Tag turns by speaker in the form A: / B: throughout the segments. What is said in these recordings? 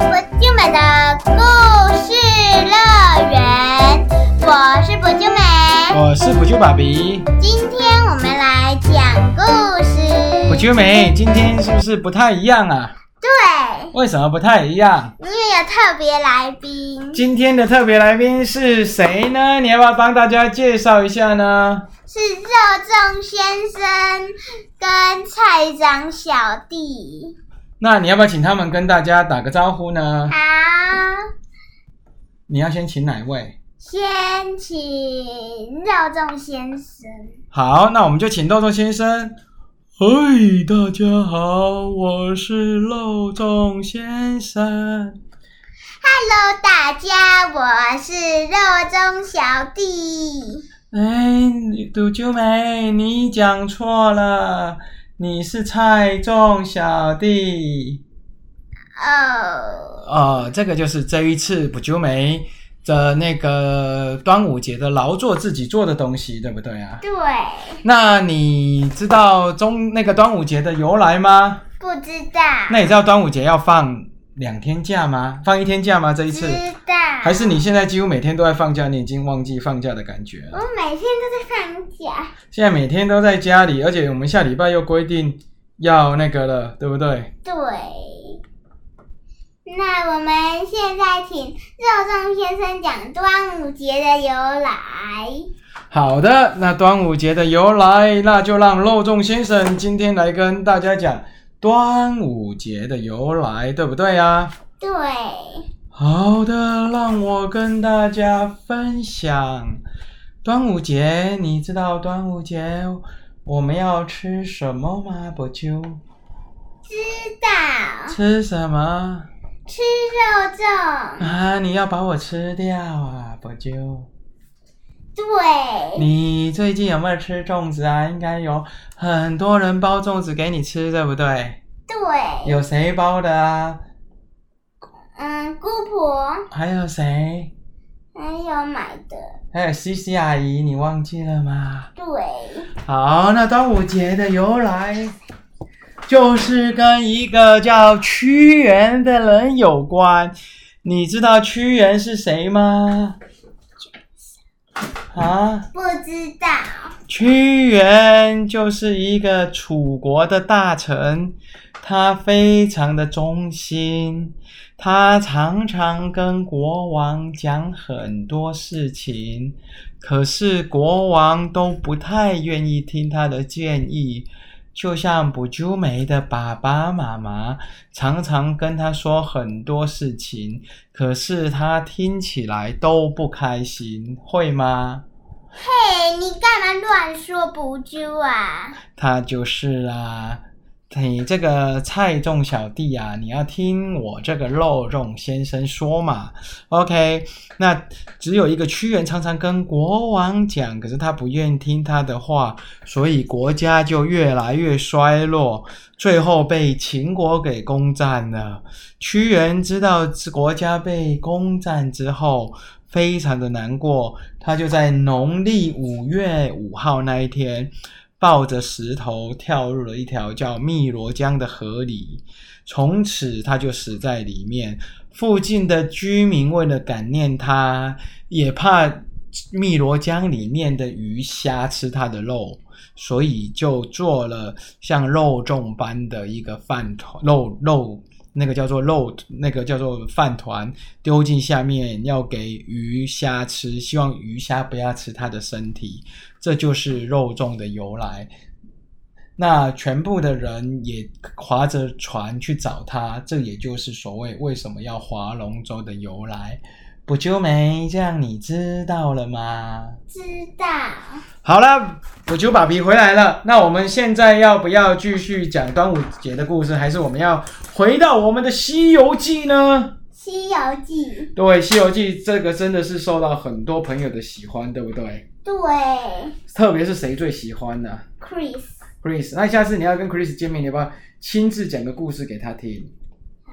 A: 们的故事乐园，我是不就美。
B: 我是补救爸比，
A: 今天我们来讲故事。
B: 补救美，今天是不是不太一样啊？
A: 对，
B: 为什么不太一样？
A: 因为有特别来宾，
B: 今天的特别来宾是谁呢？你要不要帮大家介绍一下呢？
A: 是肉粽先生跟菜长小弟。
B: 那你要不要请他们跟大家打个招呼呢
A: 好，？
B: 你要先请哪一位？
A: 先请肉粽先生。
B: 好，那我们就请豆豆先生。嗨，大家好，我是肉粽先生。
A: Hello，大家，我是肉粽小弟。
B: 哎，杜秋梅，你讲错了，你是菜种小弟。
A: 哦，
B: 呃，这个就是这一次补秋梅的那个端午节的劳作自己做的东西，对不对啊？
A: 对，
B: 那你知道中那个端午节的由来吗？
A: 不知道，
B: 那你知道端午节要放两天假吗？放一天假吗？这一次？
A: 知道，
B: 还是你现在几乎每天都在放假，你已经忘记放假的感觉
A: 我。
B: 了
A: 每天都在放假。
B: 现在每天都在家里，而且我们下礼拜又规定要那个了，对不对？
A: 对，那我们现在请肉粽先生讲端午节的由来。
B: 好的，那端午节的由来，那就让肉粽先生今天来跟大家讲端午节的由来，对不对呀？
A: 对，
B: 好的，让我跟大家分享端午节。你知道端午节我们要吃什么吗？不就
A: 知道，
B: 吃什么
A: 吃肉粽。
B: 啊？你要把我吃掉啊？不就。
A: 对，
B: 你最近有没有吃粽子啊？应该有很多人包粽子给你吃，对不对？
A: 对，
B: 有谁包的啊？
A: 嗯，姑婆
B: 还有谁？
A: 还有买的，
B: 还有西西阿姨，你忘记了吗？
A: 对。
B: 好，那端午节的由来就是跟一个叫屈原的人有关。你知道屈原是谁吗？啊？
A: 不知道，
B: 屈原就是一个楚国的大臣，他非常的忠心，他常常跟国王讲很多事情，可是国王都不太愿意听他的建议。就像卜啾梅的爸爸妈妈常常跟他说很多事情，可是他听起来都不开心，会吗？
A: 嘿，你干嘛乱说不就啊？
B: 他就是啊，你这个菜种小弟啊，你要听我这个肉粽先生说嘛。OK，那只有一个屈原常常跟国王讲，可是他不愿听他的话，所以国家就越来越衰落，最后被秦国给攻占了。屈原知道国家被攻占之后，非常的难过，他就在农历五月五号那一天，抱着石头跳入了一条叫汨罗江的河里，从此他就死在里面。附近的居民为了感念他，也怕汨罗江里面的鱼虾吃他的肉，所以就做了像肉粽般的一个饭团，肉肉那个叫做肉，那个叫做饭团，丢进下面要给鱼虾吃，希望鱼虾不要吃它的身体，这就是肉粽的由来。那全部的人也划着船去找他，这也就是所谓为什么要划龙舟的由来。不就没这样，你知道了吗？
A: 知道，
B: 好了，补救爸比回来了。那我们现在要不要继续讲端午节的故事，还是我们要回到我们的《西游记》
A: 《
B: 呢？
A: 西游记》
B: 对，《西游记》这个真的是受到很多朋友的喜欢，对不对？
A: 对
B: 特别是谁最喜欢呢
A: ，Chris，
B: ？Chris，那下次你要跟 Chris 见面，你要不要亲自讲个故事给他听？
A: 好，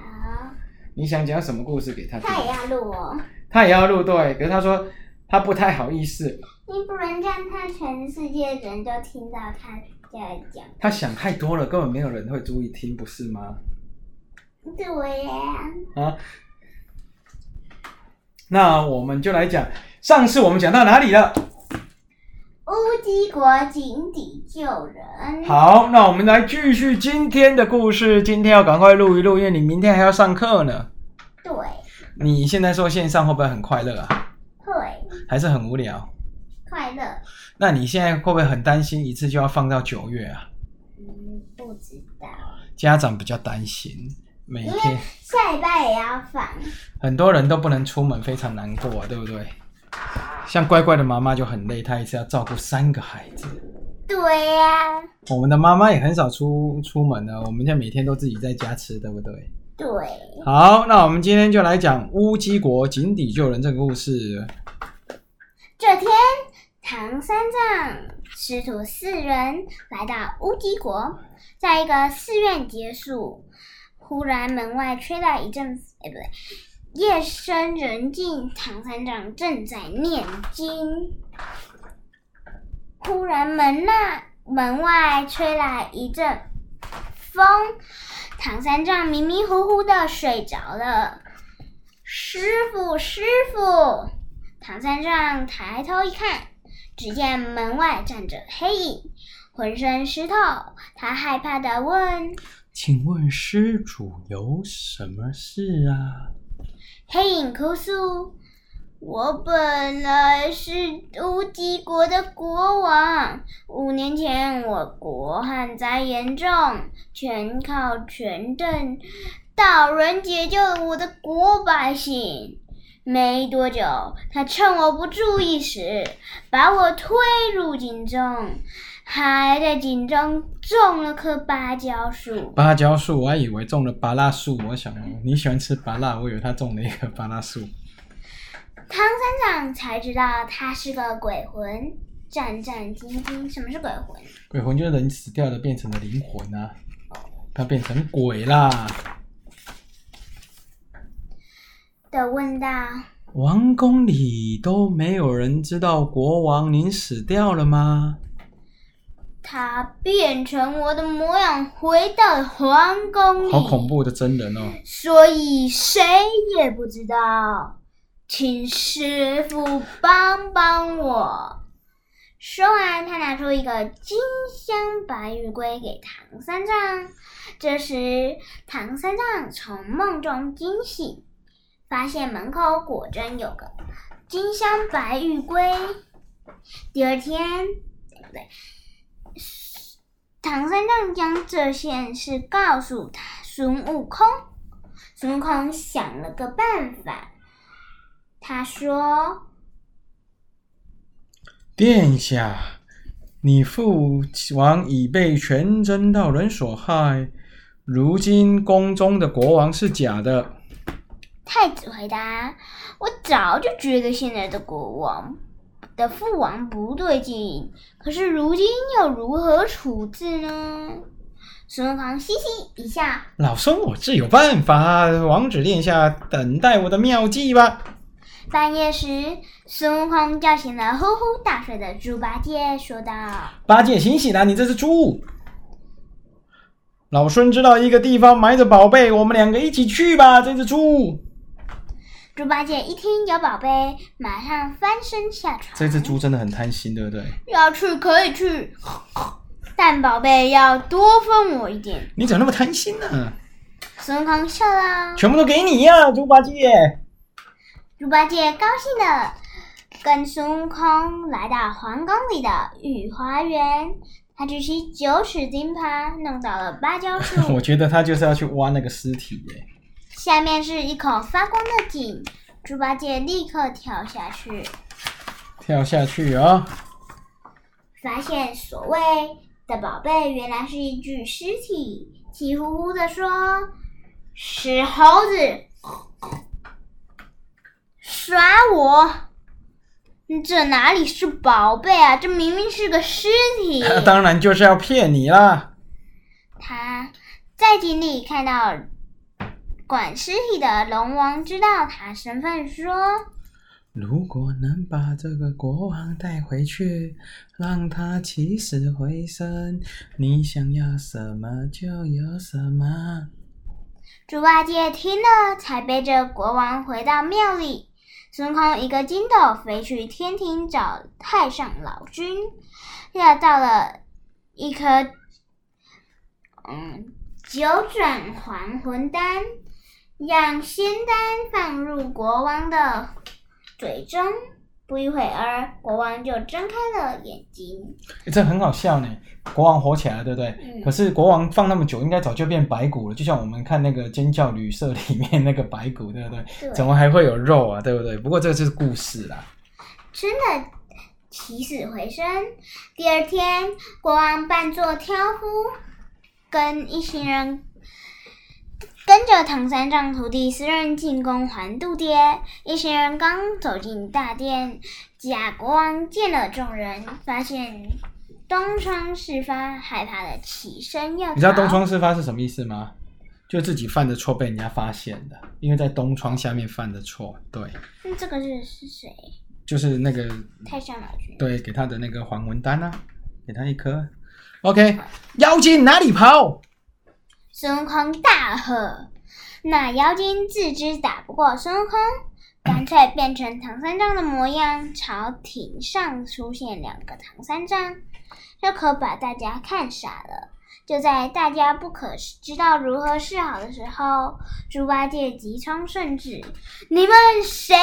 B: 你想讲什么故事给他听？
A: 他也要录哦，
B: 他也要录对，可是他说他不太好意思，
A: 你不能让他全世界的人都听到他在讲。
B: 他想太多了，根
A: 啊
B: 本没有人会注意听，不是吗？
A: 对呀、
B: 啊，那我们就来讲，上次我们讲到哪里了？
A: 乌鸡国井底救人。
B: 好，那我们来继续今天的故事。今天要赶快录一录，因为你明天还要上课呢。
A: 对，
B: 你现在说线上会不会很快乐啊？
A: 会
B: 还是很无聊？
A: 快乐。
B: 那你现在会不会很担心一次就要放到九月啊？
A: 嗯，不知道，
B: 家长比较担心，每
A: 因
B: 天
A: 为下礼拜也要放。
B: 很多人都不能出门，非常难过、啊，对不对？像乖乖的妈妈就很累，她一次要照顾三个孩子。
A: 对啊呀、
B: 我们的妈妈也很少出出门了，我们现在每天都自己在家吃，对不对？
A: 对，
B: 好，那我们今天就来讲乌鸡国井底救人这个故事。
A: 这天，唐三藏师徒四人来到乌鸡国，在一个寺院结束，忽然门外吹来一阵，哎，不对，夜深人静，唐三藏正在念经，忽然门那门外吹来一阵风，唐三藏迷迷糊糊的睡着了。师傅，师傅！唐三藏抬头一看，只见门外站着黑影，浑身湿透。他害怕的问
B: 请问施主有什么事啊？
A: 黑影哭诉：“我本来是乌鸡国的国王，五年前我国旱灾严重，全靠权政道人解救了我的国百姓。没多久，他趁我不注意时，把我推入井中，还在井中种了棵芭蕉树。
B: 芭蕉树，我还以为种了芭辣树。我想你喜欢吃芭辣，我以为他种了一个芭辣树。
A: 唐三藏才知道他是个鬼魂，战战兢兢。什么是鬼魂？
B: 鬼魂就是人死掉了变成了灵魂啊，他变成鬼啦。
A: 的问道。
B: 王宫里都没有人知道国王您死掉了吗？
A: 他变成我的模样，回到皇宫里。
B: 好恐！怖的真人哦！
A: 所以谁也不知道，请师傅帮帮我。说完，他拿出一个金镶白玉龟给唐三藏。这时，唐三藏从梦中惊醒，发现门口果真有个金镶白玉龟。第二天，不对，唐三藏将这件事告诉他孙悟空。孙悟空想了个办法，他说
B: 殿下，你父王已被全真道人所害，如今宫中的国王是假的。：“
A: 太子回答，我早就觉得现在的国王的父王不对劲，可是如今又如何处置呢？”孙悟空嘻嘻一笑，
B: 老孙我自有办法，王子殿下等待我的妙计吧。
A: 半夜时，孙悟空叫醒了呼呼大睡的猪八戒，说道。
B: 八戒醒醒啦、你这只猪！老孙知道一个地方埋着宝贝，我们两个一起去吧。这只猪，
A: 猪八戒一听有宝贝，马上翻身下床。
B: 这只猪真的很贪心，对不对？
A: 要去可以去， 但宝贝要多分我一点。
B: 你怎么那么贪心呢、
A: 孙悟空笑了，
B: 全部都给你呀、猪八戒！
A: 猪八戒高兴的跟孙悟空来到皇宫里的御花园，他举起九齿钉耙弄倒了芭蕉
B: 我
A: 树，
B: 觉得他就是要去挖那个尸体 耶、
A: 下面是一口发光的井，猪八戒立刻跳下去。
B: 跳下去啊、
A: 发现所谓的宝贝原来是一具尸体，气呼呼地说：“死猴子，耍我！嗯这哪里是宝贝啊？这明明是个尸体！”
B: 当然就是要骗你啦。
A: 他在井里看到管尸体的龙王，知道他身份，说
B: 如果能把这个国王带回去，让他起死回生，你想要什么就有什么。：“
A: 猪八戒听了，才背着国王回到庙里。”孙悟空一个筋斗飞去天庭找太上老君，要到了一颗嗯九转还魂丹，让仙丹放入国王的嘴中。不一会儿，国王就睁开了眼睛。
B: 欸这很好笑呢。国王火起来了，对不对？
A: 嗯
B: 可是国王放那么久，应该早就变白骨了。就像我们看那个《尖叫旅社》里面那个白骨，对不对？
A: 对。
B: 怎么还会有肉啊？对不对？不过这就是故事啦。
A: 真的起死回生。第二天，国王扮作挑夫，跟一行人跟着唐三藏徒弟私人进宫还渡爹。一行人刚走进大殿，假国王见了众人，发现东窗事发，害怕的起身要逃。
B: 你知道东窗事发是什么意思吗？就自己犯的错被人家发现的，因为在东窗下面犯的错，对，
A: 那嗯这个是是谁？
B: 就是那个
A: 太上老君。
B: 对给他的那个还魂丹啊，给他一颗。OK，妖精哪里跑？
A: 孙悟空大喝，那妖精自知打不过孙悟空，干脆变成唐三藏的模样，朝廷上出现两个唐三藏，这可把大家看傻了。就在大家不可知道如何是好的时候，猪八戒急冲圣旨：“你们谁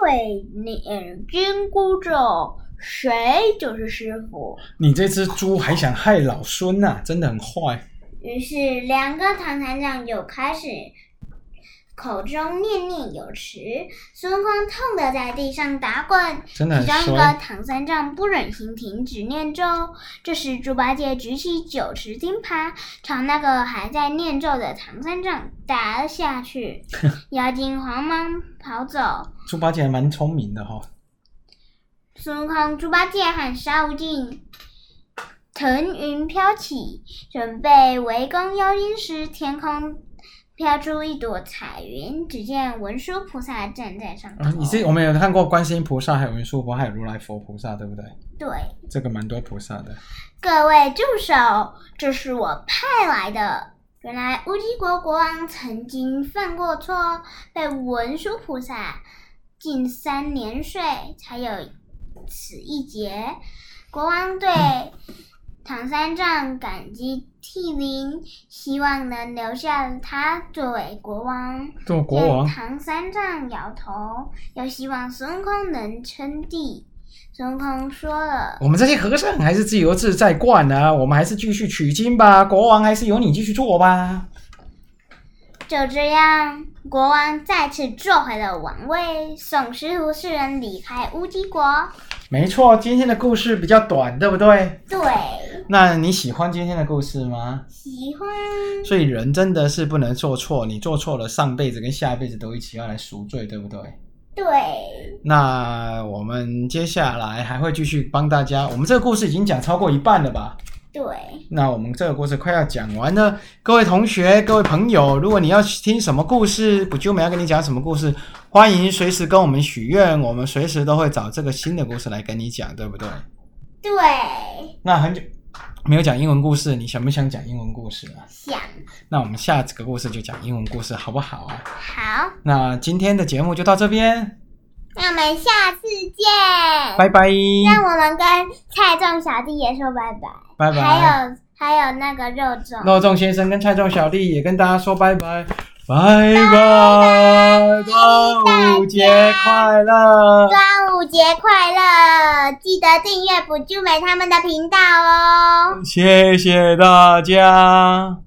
A: 会念金箍咒，谁就是师傅。”
B: 你这只猪还想害老孙呐、真的很坏。
A: 于是，两个唐三藏就开始口中念念有词。孙悟空痛得在地上打滚，
B: 真的很
A: 其中一
B: 衰
A: 个。唐三藏不忍心停止念咒。这时，猪八戒举起九尺钉耙，朝那个还在念咒的唐三藏打了下去。妖精慌忙跑走。
B: 猪八戒还蛮聪明的哈、哦，
A: 孙悟空、猪八戒和沙悟净腾云飘起，准备围攻妖精时，天空飘出一朵彩云。只见文殊菩萨站在上头。
B: 啊，你是我们有看过观世音菩萨，还有文殊菩萨，还有如来佛菩萨，对不对？
A: 对
B: 这个蛮多菩萨的。
A: 各位助手，这是我派来的。原来乌鸡国国王曾经犯过错，被文殊菩萨禁三年税，才有此一劫。国王对唐三藏感激涕零，希望能留下他作为国王。
B: 做国王
A: 见，唐三藏摇头，又希望孙悟空能称帝。孙悟空说了。
B: 我们这些和尚还是自由自在惯啊，我们还是继续取经吧。国王还是由你继续做吧。
A: 就这样，国王再次坐回了王位，送师徒四人离开乌鸡国。
B: 没错，今天的故事比较短，对不对？
A: 对，
B: 那你喜欢今天的故事吗？
A: 喜欢
B: 所以人真的是不能做错，你做错了，上辈子跟下辈子都一起要来赎罪，对不对？
A: 对，
B: 那我们接下来还会继续帮大家，我们这个故事已经讲超过一半了吧？
A: 对，
B: 那我们这个故事快要讲完了，各位同学、各位朋友，如果你要听什么故事，补救们要跟你讲什么故事，欢迎随时跟我们许愿，我们随时都会找这个新的故事来跟你讲，对不对？
A: 对，
B: 那很久没有讲英文故事，你想不想讲英文故事啊？
A: 想
B: 那我们下这个故事就讲英文故事，好不好啊？
A: 好，
B: 那今天的节目就到这边，
A: 那我们下次见。
B: 拜拜，
A: 让我们跟菜种小弟也说拜拜，
B: 拜拜。
A: 还有还有那个肉粽，
B: 肉粽先生跟菜粽小弟也跟大家说拜拜，拜拜，端午节快乐！
A: 端午节快乐！记得订阅不就美他们的频道哦。
B: 谢谢大家。